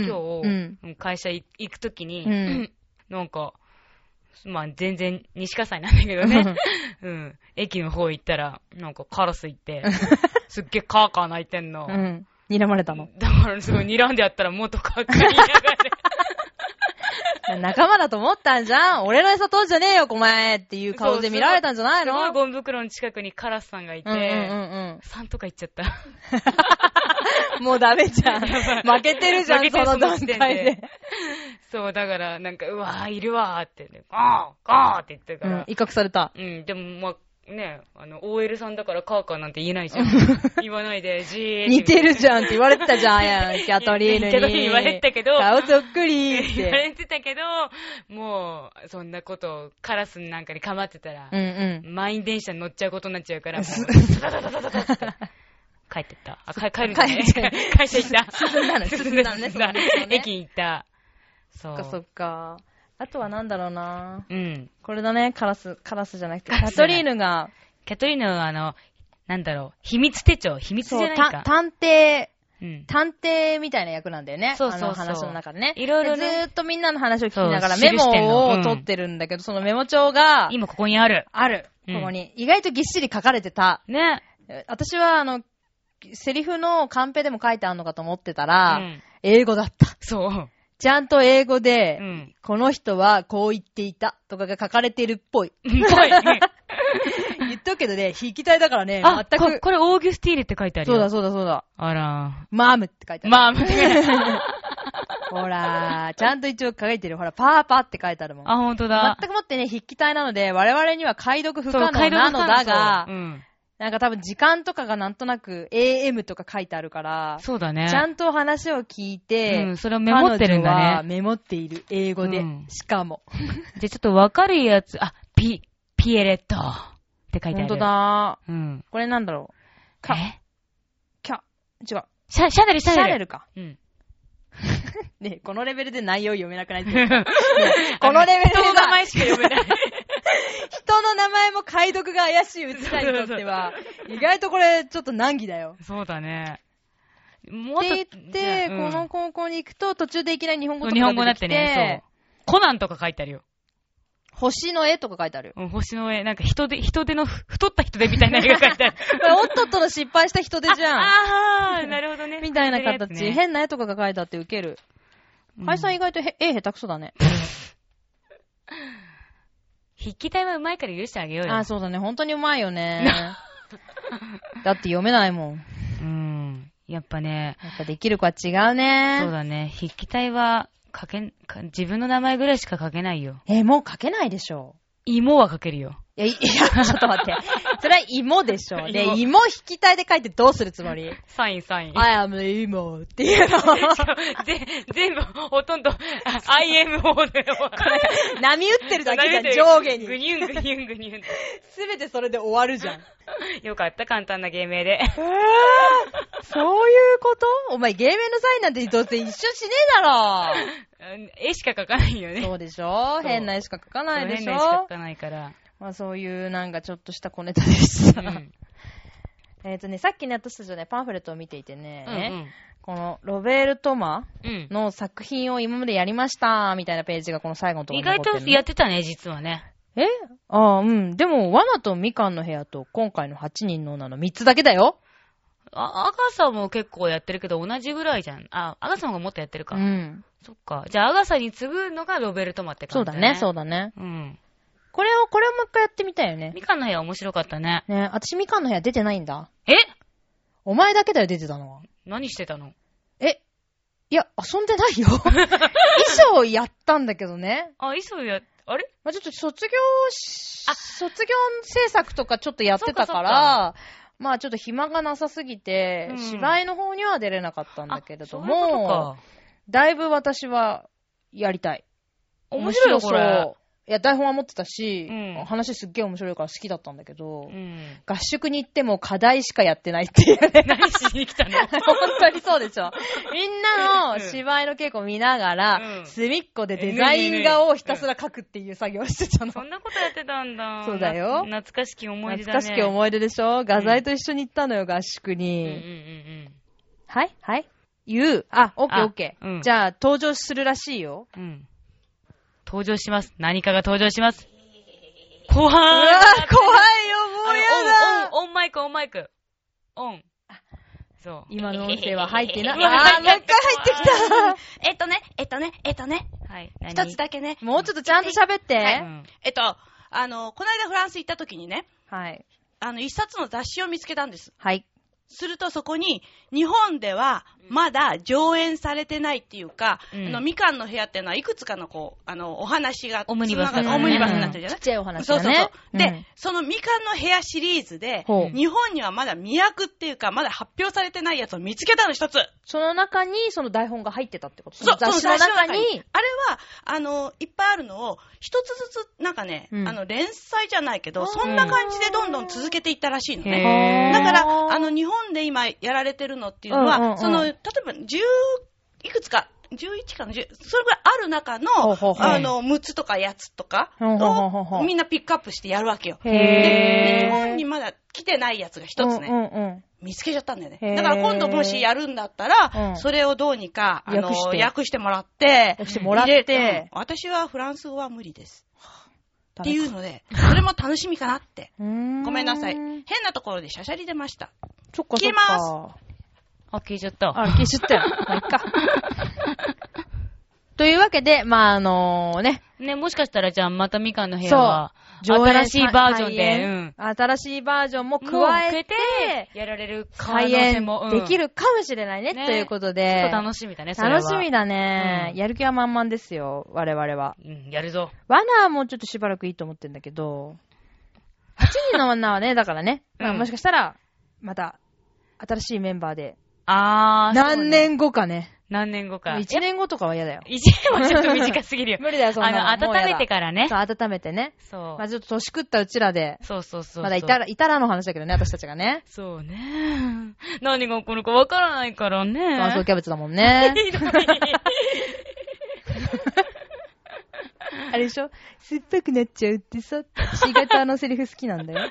S2: うん
S1: 今日、会社い行くときに、
S2: うん
S1: なんか、まあ、全然、西葛西なんだけどね。 うん。駅の方行ったら、なんかカラス行 って、すっげえカーカー鳴いてんの。
S2: うん。睨まれたの。
S1: だから、すごい睨んでやったら、もっとカーカー言いなが
S2: 仲間だと思ったんじゃん俺の餌取んじゃねえよ、お前って いう顔で見られたんじゃない
S1: ら、す
S2: の
S1: ごいゴミ袋の近くにカラスさんがいて、
S2: うんうん
S1: 3とか行っちゃった。
S2: うん。もうダメじ ゃん。負けてるじゃ
S1: 負け
S2: ん、そ
S1: てる
S2: の段
S1: その時
S2: 階
S1: 点
S2: で
S1: で。そう、だから、なんか、うわー、いるわーって、ね、ガー、ガーって言ってたか
S2: うん
S1: ら、、
S2: 威嚇された。
S1: うん、でも、まあ、ね、あの、OL さんだからカーカーなんて言えないじゃん。言わないで、じー
S2: 似てるじ
S1: ん。
S2: ゃんって言われてたじゃん、やん。キャトリ ーヌ
S1: キャト
S2: に。
S1: リーヌ言われてたけど
S2: 顔そっくりっ
S1: 言わ
S2: て。
S1: れてたけど、もう、そんなこと、カラスなんかに構ってたら
S2: うん、うん。
S1: 満員電車に乗っちゃうことになっちゃうから、もう、ダダダダダダって。帰ってった。あ、か帰るんだね
S2: 帰っ。
S1: 会社行った。
S2: 進んだね進んだね
S1: 進んだ
S2: その道をね
S1: 駅行った。そ
S2: そっ
S1: う。
S2: かそっか。あとはなんだろうな
S1: うん。
S2: これだね、カラス、カラスじゃなくて、キ
S1: カラ
S2: ャ
S1: スじゃ
S2: ト
S1: ない
S2: リーヌが、
S1: キャトリーヌはあの、なんだろう、秘密手帳、秘密じゃ
S2: そう
S1: ない、
S2: た
S1: か。
S2: 探偵、
S1: うん。
S2: 探偵みたいな役なんだよね。
S1: そうそうそう
S2: あの話の中でね。
S1: いろいろね
S2: でずーっとみんなの話を聞きながら
S1: そう記
S2: メ
S1: してん
S2: モ
S1: のう
S2: を
S1: ん
S2: 取ってるんだけど、そのメモ帳が、
S1: 今ここにある。
S2: ある。
S1: う
S2: こ
S1: ん
S2: こに。意外とぎっしり書かれてた。
S1: ね。
S2: え私は、あの、セリフのカンペでも書いてあんのかと思ってた
S1: う
S2: ら、
S1: ん。
S2: 英語だった。
S1: そう。
S2: ちゃんと英語で、
S1: うん。
S2: この人はこう言っていたとかが書かれているっぽい。
S1: ぽい。
S2: 言っとくけどね、筆記体だからね、
S1: あ、
S2: 全
S1: こ
S2: く。
S1: これオーギュスティーレって書いてある
S2: そう
S1: よ。
S2: だそうだそうだ。
S1: あら
S2: マームって書いてある。
S1: まあ、間違いない
S2: ほら、ちゃんと一応書いてる。ほら、パーパーって書いてあるもん。
S1: あ、ほんとだ。
S2: 全くもってね、筆記体なので、我々には解読不
S1: そう
S2: 可能なのだが、
S1: 解読不可能そううん。
S2: なんか多分時間とかがなんとなく AM とか書いてあるから、
S1: そうだね。
S2: ちゃんと話を聞いて、
S1: うん、それをメモってるん
S2: 彼女は
S1: だね。
S2: メモっている。英語で。
S1: うん
S2: しかも。
S1: で、ちょっとわかるやつ、あ、ピ、ピエレットって書いてあ
S2: 本
S1: る。
S2: 当。だ。
S1: うん。
S2: これなんだろう。か、
S1: え
S2: キャ、違う。
S1: シャシャネル、シャ
S2: シャ
S1: ネ
S2: ネ
S1: ル。
S2: ルか。
S1: うん。
S2: ねこのレベルで内容読めな くないこ
S1: こ
S2: のレベルで
S1: 人の名前しか読め ない。
S2: 人の名前も解読が怪しいうちらにとっては、意外とこれちょっと難儀だよ。
S1: そうだね。もっと
S2: って言って、
S1: うん
S2: この高校に行くと途中でいきなり日本語とか
S1: 日
S2: が
S1: 本語だ
S2: 出
S1: って
S2: きて
S1: てね、そう。コナンとか書いてあるよ。
S2: 星の絵とか書いてあるよ。
S1: うん、星の絵、なんか人手、人手のふ、太った人手みたいな絵が書いてある。
S2: これ、おっとっとの失敗した人手じゃん。
S1: ああー、なるほどね。
S2: みたいな形。
S1: ね
S2: 変な絵とかが書いてあってウケる。
S1: うん
S2: 解散意外とへ絵下手くそだね。
S1: 筆記体は上手いから許してあげようよ。
S2: あ、そうだね。本当にうまい よね。だって読めないもん。
S1: うん。やっぱね、
S2: やっぱできる子は違う
S1: そう
S2: ね。
S1: だね。筆記体は書けん、か自分の名前ぐらいしか書けないよ。
S2: え、もう書けないでしょ。
S1: 芋は書けるよ。
S2: いや、いいや、ちょっと待って。それは芋でしょ。で、
S1: 芋
S2: 芋引き体で書いてどうするつもり
S1: サイン、サイン。
S2: ?I am 芋ってい うの。
S1: ぜ全部、ほとんど、IMO だよ。
S2: 波打ってるだけじゃん、上下
S1: ぐ
S2: に。
S1: にゅんぐにゅんぐにゅん。
S2: すべてそれで終わるじゃん。
S1: よかった、簡単な芸名で。
S2: そういうことお前、芸名のサインなんてどうせ一緒しねえだ
S1: うん絵しか描かないよ
S2: ろ
S1: ね。
S2: そうでしょ
S1: う
S2: 変な絵しか描かないでし
S1: そう変な絵しか
S2: ょ
S1: 描かないから。
S2: まあそういうなんかちょっとした小ネタでした。
S1: うん
S2: えっとね、さっきね、私たちはね、パンフレットを見ていてね、
S1: うん
S2: このロベルト・マ
S1: うん。
S2: の作品を今までやりました、みたいなページがこの最後のとこ
S1: 意
S2: ろに
S1: 外
S2: 残って
S1: と
S2: る、ね。
S1: やってたね、実はね。
S2: えああ、うん。でも、罠とみかんの部屋と今回の8人の女の3つだけだよ。
S1: あ、アガサも結構やってるけど、同じぐらいじゃん。あ、アガサの方がもっとやってるか。
S2: うん。
S1: そっか。じゃあ、アガサに次ぐのがロベルトマって
S2: そ
S1: 感
S2: う
S1: じ
S2: だ
S1: だね。
S2: ね、そううだね。
S1: だ。うん。
S2: これを、これをもう一回やってみたいよね。
S1: みかんの部屋面白かったね。
S2: ね私みかんの部屋出てないんだ。
S1: え
S2: お前だけだよ、出てたのは。
S1: 何してたの
S2: え、いや、遊んでないよ。 衣装やったんだけどね。
S1: あ、いそうや、あれ
S2: まあ、ちょっと卒業し
S1: あ、
S2: 卒業制作とかちょっとやってたから、まあちょっと暇がなさすぎて、
S3: うん
S2: 芝居の方には出れなかったんだけれど
S3: あそういうこと
S2: も、
S3: か
S2: だいぶ私はやりたい。
S3: 面白いよ、
S2: 面
S3: こ
S2: 白
S3: れ
S2: そ。ういや、台本は持ってたし、
S3: うん
S2: 話すっげえ面白いから好きだったんだけど、
S3: うん。
S2: 合宿に行っても課題しかやってないっていう ね。
S3: 何しに来たの
S2: 本当にそうでしょ。みんなの芝居の稽古見ながら、
S3: うん
S2: 隅っこでデザイン画をひたすら描くっていう作業をしてたの。
S3: そんなことやってたんだ。
S2: そうだよ
S3: な懐かしき思い出だ
S2: 懐
S3: ね。
S2: かしき思い出でしょ画材と一緒に行ったのよ、合宿に。
S3: うんうん
S2: はいはい言う。あ、オッケー
S3: あ
S2: オッケー。
S3: うん
S2: じゃあ、登場するらしい よ。
S3: うんうん。うん。登場します。何かが登場します。怖い
S2: わー怖いよ、も
S3: う
S2: うや
S3: あ
S2: だ
S3: のオン、オン、オンマイク、オンマイク。オン。そう。
S2: 今の音声は入って な
S3: う
S2: い。
S3: わ
S2: あー、もう一回入ってき
S3: えっとね、えっとね、えっとね。はい。
S1: 一つ
S3: だけね
S2: たもうちょっとちゃんと喋って。
S3: はいえっと、あの、この間フランス行った時にね、
S2: はい。
S3: あの、一冊の雑誌を見つけたんです。
S2: はい。
S3: するとそこに、日本ではまだ上演されてないっていうか、
S1: うん
S3: あの、みかんの部屋っていうのはいくつかのこう、あの、お話が、
S1: オムニバスだ
S3: つなが
S1: ね
S3: オムニバスになってるじゃ
S2: ち
S3: な
S2: っ
S3: い、
S2: ちゃいお話
S3: そう
S2: だ
S3: そう
S2: ね。
S3: そう。で、
S2: うん
S3: そのみかんの部屋シリーズで、
S2: ほう
S1: うん
S3: 日本にはまだ未役っていうか、まだ発表されてないやつを見つけたの一つ。
S2: その中に、その台本が入ってたってこと
S3: そう、
S2: 雑誌の中
S3: そ雑誌の
S2: に、
S3: あれは、あの、いっぱいあるのを、一つずつ、なんかね、
S2: うん
S3: あの、連載じゃないけ
S2: あ
S3: ど、
S2: ー
S3: そんな感じでどんどん続けていったらしいの
S1: へ
S3: ね
S1: ー。え
S3: だから、あ
S2: の、
S3: の、日本で今やられてるのっていうのは、
S2: うんうんうん
S3: その、例えば、10、いくつか、11かの10、それぐらいある中の、
S2: ほうほうほう
S3: あの、6つとか8つとか
S2: ほうほうほうほうほ
S3: を、
S2: う
S3: みんなピックアップしてやるわけよ。
S2: へ
S3: で
S2: ー
S3: 日本にまだ来てないやつが一つね、
S2: うんうん
S3: 見つけちゃったんだよ
S2: へ
S3: ね。
S2: ー
S3: だから今度もしやるんだったら、
S2: うん
S3: それをどうにか、あの、
S2: 訳して
S3: 訳してもらって、
S2: うん。してもらっ
S3: 入れ
S2: て、
S3: うん私はフランス語は無理です。って
S2: う
S3: い
S2: ん。
S3: うので、それも楽しみかなって。ご
S2: ご
S3: めんなさい。変なところでしゃしゃり出ました。
S2: そっかそっか。
S3: 消えます
S1: あ、消えちゃった。
S2: あ、消しちゃったよ。まあ、いっ か。というわけで、まあ、あのね、
S1: ね、もしかしたらじゃあまたみかんの部屋は、
S2: 上演
S1: 新しいバージョン
S2: 再
S1: で、う
S2: 演
S1: ん。
S2: 新しいバージョンも
S1: もう
S2: 加えて、
S1: やられる可能
S2: 再
S1: 性
S2: 演
S1: も、うん
S2: できるかもしれないね、
S1: ね
S2: ということ
S1: ちょ
S2: で
S1: っと。楽しみだね、それは。
S2: 楽しみだね、
S1: うん
S2: やる気は満々ですよ、我々は。
S1: うん、やるぞ。
S2: ワナーもちょっとしばらくいいと思ってんだけど、8人のワナー はね、だからね、まあ
S3: うん
S2: もしかしたら、また、新しいメンバーで、
S1: あー、そうね
S2: 何年後かね。
S1: 何年後か。
S2: 1年後とかは嫌だよ。
S1: 一年はちょっと短すぎるよ。
S2: 無理だよ、そんなの。
S1: あの、
S2: もうや
S1: 温
S2: だ
S1: めてからね
S2: そ。う、温めてね。
S1: そう
S2: まあ。ちょっと年食ったうちらで、
S1: そうそうそうそう。
S2: まだいたら、いたらの話だけどね、私たちが ね。
S1: そうね。 何が起こるかわからないからね。
S2: 乾燥キャベツだもん ね。
S1: ひどい
S2: あれでしょ酸っぱくなっちゃうってさ、仕方のセリフ好きなんだよ。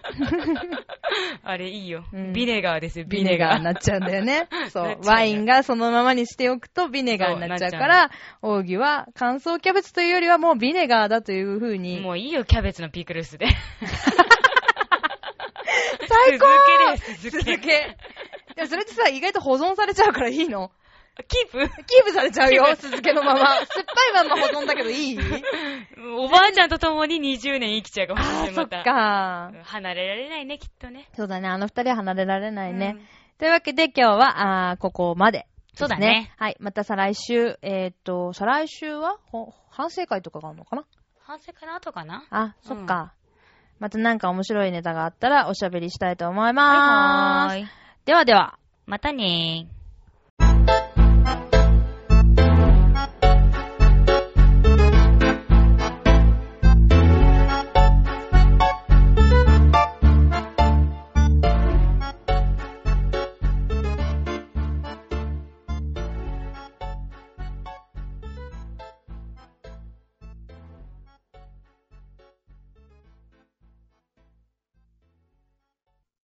S1: あれいいよ、
S2: う ん
S1: ビネガーですよ、
S2: ビネガーになっちゃうんだ よね。そう。ワインがそのままにしておくとビネガーになっちゃうから、奥義は乾燥キャベツというよりはもうビネガーだという風に。
S1: もういいよ、キャベツのピクルスで。
S2: 最高
S1: 続けです、
S2: 続
S1: 続
S2: け。
S1: け。
S2: でもそれってさ、意外と保存されちゃうからいいの
S1: キープ
S2: キープされちゃうよ、続けのまま。酸っぱいまんま保存だけどいい
S1: おばあちゃんと共に20年生きちゃうかもしれ
S2: あ
S1: ない、
S2: ー、そ
S1: ま。
S2: ったか。
S1: 離れられないね、きっとね。
S2: そうだね、あの二人は離れられないね。
S1: うん
S2: というわけで今日は、あーここまでです、
S1: そうだね。
S2: はい、また再来週、えーっと、再来週はほ反省会とかがあるのかな
S1: 反省から後かな
S2: あ、
S1: うん
S2: そっか。またなんか面白いネタがあったらおしゃべりしたいと思い
S1: バ
S2: ま
S1: イバー
S2: す。
S1: イ。
S2: ではでは。
S1: またねー。